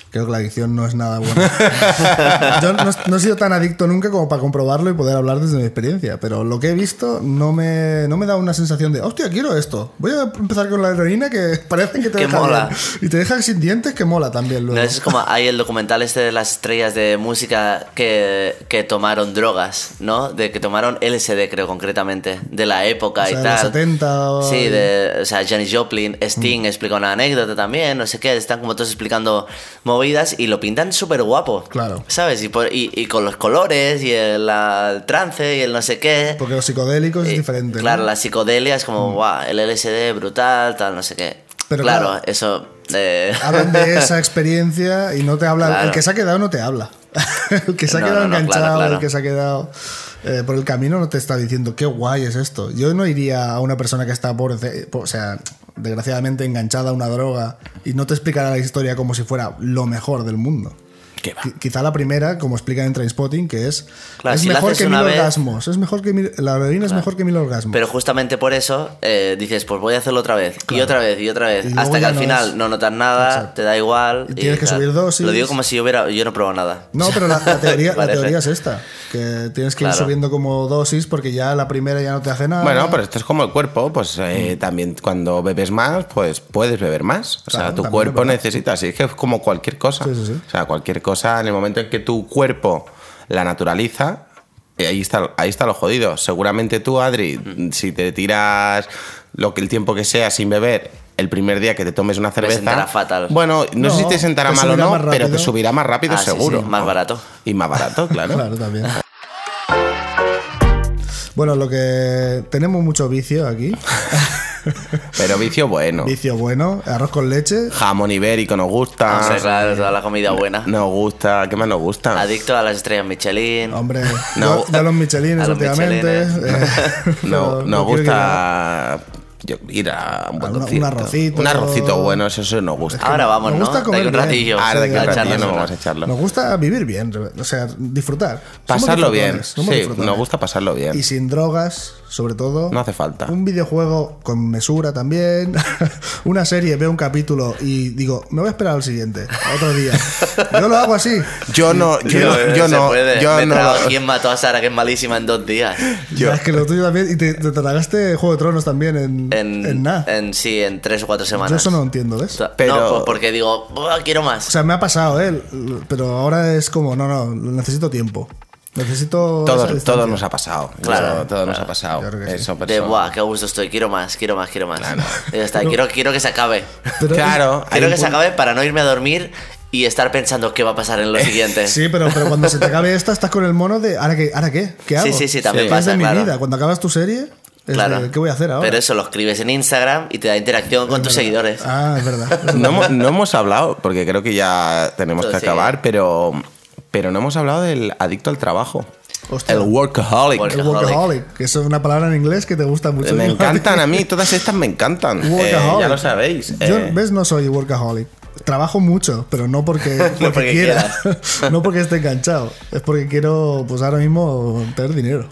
Creo que la adicción no es nada
<laughs>
buena. yo no, no he sido tan adicto nunca como para comprobarlo y poder hablar desde mi experiencia, pero lo que he visto no me, no me da una sensación de, hostia, quiero esto. Voy a empezar con la heroína que <laughs> parece que te
Que
deja
mola.
bien. Y te deja sin dientes que mola también luego.
No es como hay el documental este de las estrellas de música que, que tomaron drogas, ¿no? De que tomaron LSD, creo, concretamente, de la época
O sea,
y
de los
tal.
70 o- Mm.
Sí, de, o sea, Janis Joplin, Sting explica una anécdota también, no sé qué, están como todos explicando movidas y lo pintan súper guapo.
Claro.
¿Sabes? Y, por- y- y con los colores y el, la- el trance y el no sé qué.
Porque los psicodélicos
Eh,
es diferente. ¿no? Mm.
Claro, la psicodelia es como, guau, el LSD brutal, tal, no sé qué.
Pero
claro,
claro.
eso... eh,
hablan
<laughs>
de esa experiencia y no te hablan.
Claro.
El que se ha quedado no te habla. <laughs> el que se ha
No,
quedado
no, no, claro,
enganchado,
claro.
el que se ha quedado eh, por el camino no te está diciendo qué guay es esto. Yo no iría a una persona que está por, de- por- o sea, desgraciadamente enganchada a una droga y no te explicará la historia como si fuera lo mejor del mundo.
¿Qué va?
Qui- Quizá la primera, como explica en Trainspotting, que es,
Claro,
es
si la
mejor
haces
que mil
una vez-
orgasmos. Es mejor que mil- la heroína es mejor que mil orgasmos.
Pero justamente por eso eh, dices, pues voy a hacerlo otra vez, y otra vez, y otra vez,
Y luego
hasta que
ya
al
no
final
es-
no notas nada,
Exacto.
te da igual.
Y tienes que
tal.
subir dosis.
Lo digo como si yo, hubiera, yo no he probado nada.
No, pero la,
<laughs>
la teoría, la
Parece.
teoría es esta, que tienes que ir
Claro.
subiendo como dosis porque ya la primera ya no te hace nada.
Bueno, pero esto es como el cuerpo, pues eh, también cuando bebes más, pues puedes beber más. O
Claro,
sea, tu
también
cuerpo
es verdad.
necesita, así es que es como cualquier cosa.
Sí, sí, sí.
O sea, cualquier cosa, en el momento en que tu cuerpo la naturaliza, eh, ahí está, ahí está lo jodido. Seguramente tú, Adri, si te tiras lo que el tiempo que sea sin beber, el primer día que te tomes una cerveza,
sentará fatal.
bueno, no, sé si
No,
te sentará
te
mal o
subirá
no,
más
pero te
rápido.
subirá más rápido
Ah, sí,
seguro.
sí, más barato.
Y más barato,
<laughs>
claro.
<laughs> Claro, también. Bueno, lo que tenemos mucho vicio
<laughs>
aquí.
Pero vicio bueno.
Vicio bueno, arroz con leche.
Jamón ibérico nos gusta.
No sé, Ah, claro, toda la comida buena.
Nos gusta, ¿qué más nos gusta?
Adicto a las estrellas Michelin. <laughs>
Hombre, yo,
No.
yo a los michelines
A los
últimamente.
michelines. <laughs>
eh, <laughs> pero
no,
quiero
nos gusta yo, ir a un buen
Una- un
concierto.
arrocito.
Un arrocito bueno, eso, eso nos gusta.
Ahora vamos,
me
¿no?
gusta
De
comer
aquí un
bien.
ratillo.
Ahora de aquí
a
un ratillo
echarnos
no
una.
vamos
<laughs>
a
que-
echarlo.
Nos gusta vivir bien, o sea, disfrutar. Somos
pasarlo bien.
disfrutones, somos
Sí,
disfrutones.
nos gusta pasarlo bien.
Y sin drogas, sobre todo.
Em. No hace falta.
Un videojuego con mesura también. <laughs> Una serie, veo un capítulo y digo, me voy a esperar al siguiente, a otro
<laughs>
día. Yo lo hago así.
Yo no, yo,
Tío,
no,
eh,
yo
se
no,
puede.
yo
Me
no.
trago ¿Quién mató a Sara, que es malísima en dos días?
Yo-
Ya, Es que lo tuyo también. Y te, te tragaste Juego de Tronos también en, <laughs> en,
En,
nada.
en- sí, en tres o cuatro semanas.
Yo eso no lo entiendo, ¿ves?
No,
Pero-
pues porque digo, "Buah, quiero más.
O sea, me ha pasado, ¿eh? Pero ahora es como, no, no, necesito tiempo. Necesito.
Todo,
esa
todo
distancia.
nos ha pasado.
Claro,
Eso, todo nos ha pasado.
Yo creo que sí.
Eso,
de,
persona.
buah, qué gusto estoy, quiero más, quiero más, quiero más. Y ya está, quiero, quiero que se acabe.
Pero-
Claro, hay
Quiero
un
que se
punto-
acabe para no irme a dormir y estar pensando qué va a pasar en lo
<laughs>
siguiente.
Sí, pero, pero cuando se te acabe esta, estás con el mono de ¿ahora qué? ¿Ahora qué? ¿Qué hago?
Sí, sí, sí, también
¿Qué es
pasa,
de mi
claro.
vida? Cuando acabas tu serie, es
Claro.
de, ¿qué voy a hacer ahora?
Pero eso lo escribes en Instagram y te da interacción con tus seguidores.
Ah, es verdad. es
no, hemos- no hemos hablado, porque creo que ya tenemos que
Entonces, sí.
acabar, pero, pero no hemos hablado del adicto al trabajo.
Hostia.
El workaholic.
Work-
El workaholic, que es una palabra en inglés que te gusta mucho.
Me
<laughs>
encantan a mí, todas estas me encantan. Eh,
Workaholic.
ya lo sabéis.
Yo,
eh,
¿ves? No soy workaholic. Trabajo mucho, pero no porque, porque <laughs>
porque
quiera. no porque esté enganchado. Es porque quiero, pues ahora mismo, tener dinero.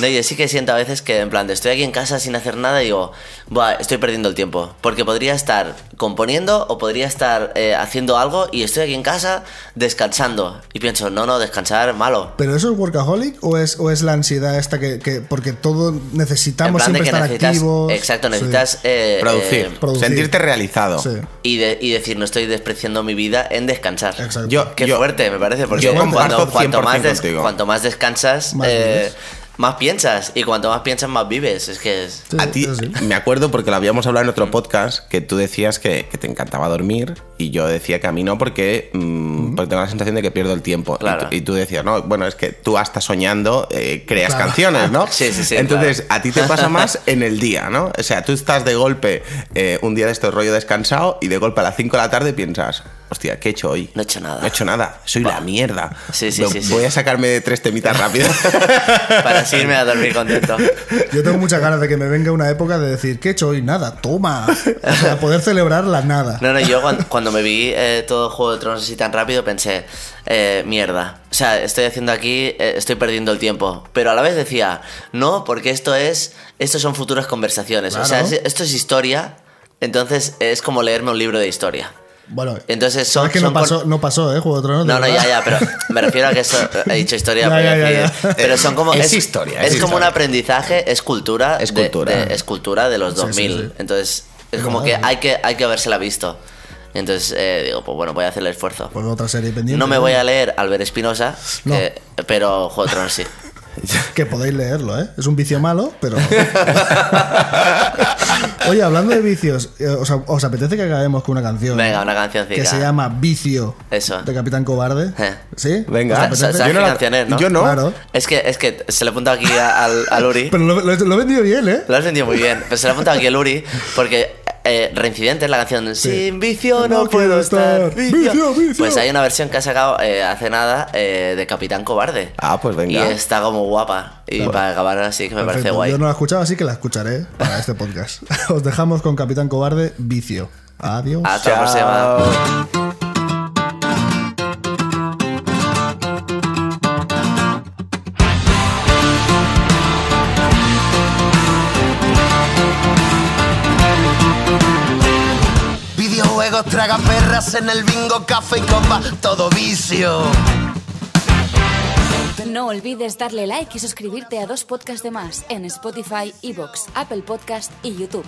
No, yo sí que siento a veces que, en plan, de estoy aquí en casa sin hacer nada y digo, Buah, estoy perdiendo el tiempo. Porque podría estar componiendo o podría estar eh, haciendo algo y estoy aquí en casa descansando. Y pienso, no, no, descansar, malo.
¿Pero eso es workaholic o es, o es la ansiedad esta que, que- porque todo
En
necesitamos
plan
siempre
de que
estar
necesitas.
activos?
Exacto,
Sí.
necesitas. eh,
Producir,
eh,
producir.
sentirte realizado.
Sí.
y, de- y decir, no estoy despreciando mi vida en descansar.
Exacto.
Yo,
Qué
yo-
fuerte, me parece, porque
Yo
cuando-
comparto
cuanto,
100%
más des-
contigo.
cuanto más descansas,
Más
eh,
vives.
más piensas. Y cuanto más piensas, más vives. Es que es.
Sí,
a ti,
eso sí.
me acuerdo porque lo habíamos hablado en otro podcast, que tú decías que, que te encantaba dormir y yo decía que a mí no porque, mm, porque tengo la sensación de que pierdo el tiempo. Y
Claro.
tú- Y, tú decías, no, bueno, es que tú hasta soñando eh, creas
Claro.
canciones, ¿no?
<laughs> Sí, sí, sí,
Entonces,
<laughs>
a ti te pasa más en el día, ¿no? O sea, tú estás de golpe eh, un día de estos rollo descansado y de golpe a las 5 de la tarde piensas, hostia, ¿qué he hecho hoy?
No he hecho nada.
No he hecho nada, soy la mierda.
Sí, sí,
Voy-
sí, sí.
Voy a sacarme de tres temitas
<laughs>
rápido.
<laughs> Para así irme a dormir
<laughs>
contento.
Yo tengo muchas ganas de que me venga una época de decir, ¿qué he hecho hoy? Nada, toma. O sea, poder celebrar la nada.
No, no, yo cuan- cuando, me vi eh, todo Juego de Tronos así tan rápido pensé, eh, mierda. O sea, estoy haciendo aquí, eh, estoy perdiendo el tiempo. Pero a la vez decía, no, porque esto es, esto son futuras conversaciones. O sea,
Claro.
es- esto es historia, entonces es como leerme un libro de historia.
Bueno,
Entonces son-
sabes que no
son con-
pasó, no pasó, ¿eh? Juego de Tronos. de
No, no,
verdad.
ya, ya, pero me refiero a que eso, he dicho historia,
<laughs> Ya,
pero,
ya, ya,
decir-
ya.
<laughs> pero son como...
Es historia,
Es,
es
como un
historia.
aprendizaje, es cultura.
Es
de-
cultura.
de- es cultura de los
Sí,
2000.
sí, sí.
Entonces, es
Es
como que
verdad,
hay, que hay que habérsela visto. Entonces, eh, digo, pues bueno, voy a hacer el esfuerzo.
Pues otra serie pendiente.
No me voy a leer Albert Espinosa,
No.
que- pero Juego de
<laughs>
Tronos sí.
Que podéis leerlo, ¿eh? Es un vicio malo, pero. Oye, hablando de vicios, eh, ¿os, os apetece que acabemos con una canción?
Venga, una cancioncita.
Que se llama Vicio.
Eso.
De Capitán Cobarde.
Eh.
¿Sí?
Venga,
¿Os
Sa-
apetece?
sa-
Yo no la-
canciones, ¿no?
yo no.
Claro.
Es que, es que se le apunta aquí a- al, al Uri.
<laughs> Pero lo, lo- lo he vendido bien, ¿eh?
Lo has vendido muy bien. Pero se lo ha apuntado aquí el Uri, porque eh, Reincidente es la canción Sin vicio no, puedo estar.
Vicio, vicio.
Pues hay una versión que ha sacado eh, hace nada eh, de Capitán Cobarde.
Ah, pues venga.
Y está como guapa. Y para acabar así que me parece
Perfecto,
guay.
Yo no la he escuchado, así que la escucharé para este podcast. <laughs> Os dejamos con Capitán Cobarde, Vicio. Adiós.
Hasta la próxima.
Videojuegos, traga perras en el bingo, café y copa, todo vicio.
No olvides darle like y suscribirte a dos podcasts de más en Spotify, Evox, Apple Podcast y YouTube.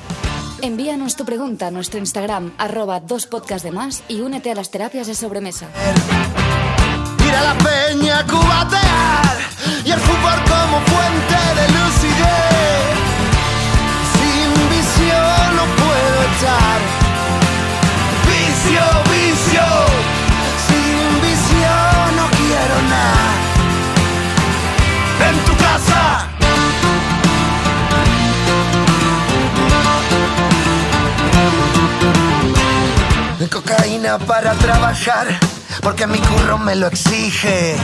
Envíanos tu pregunta a nuestro Instagram, arroba dos podcasts de más y únete a las terapias de sobremesa.
Ir a la peña a cubatear y el fútbol como fuente de lucidez. Sin vicio no puedo estar. Vicio, vicio. Sin vicio no quiero nada. En tu casa. Cocaína para trabajar, porque mi curro me lo exige.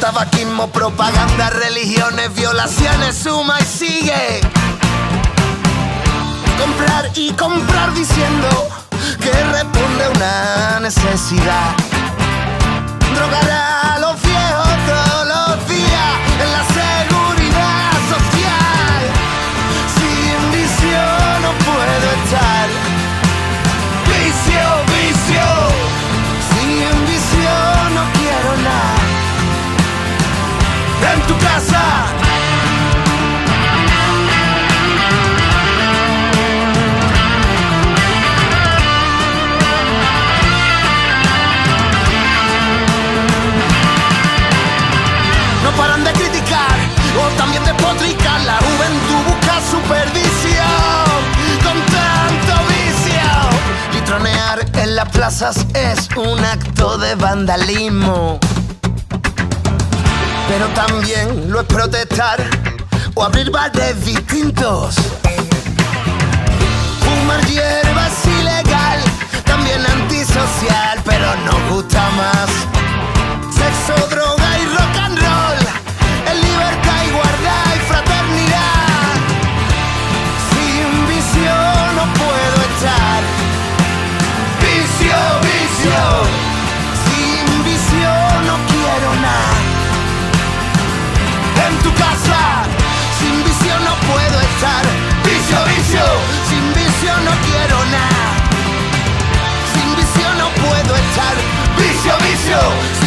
Tabaquismo, propaganda, religiones, violaciones, suma y sigue. Comprar y comprar diciendo que responde a una necesidad. Drogar a los viejos todos los días en la seguridad social. Sin vicio no puedo estar. Vicio, vicio. Sin vicio no quiero nada. En tu casa. no paran de criticar o también de potricar. La juventud busca su perdición con tanto vicio. Y tronear en las plazas es un acto de vandalismo. Pero también lo es protestar o abrir bares distintos. Fumar hierba es ilegal, también antisocial, pero nos gusta más. Sexo, droga y rock and roll. En libertad, igualdad y fraternidad. Sin vicio no puedo estar. Vicio, vicio. Sin vicio no quiero nada. escuchar Vicio, vicio,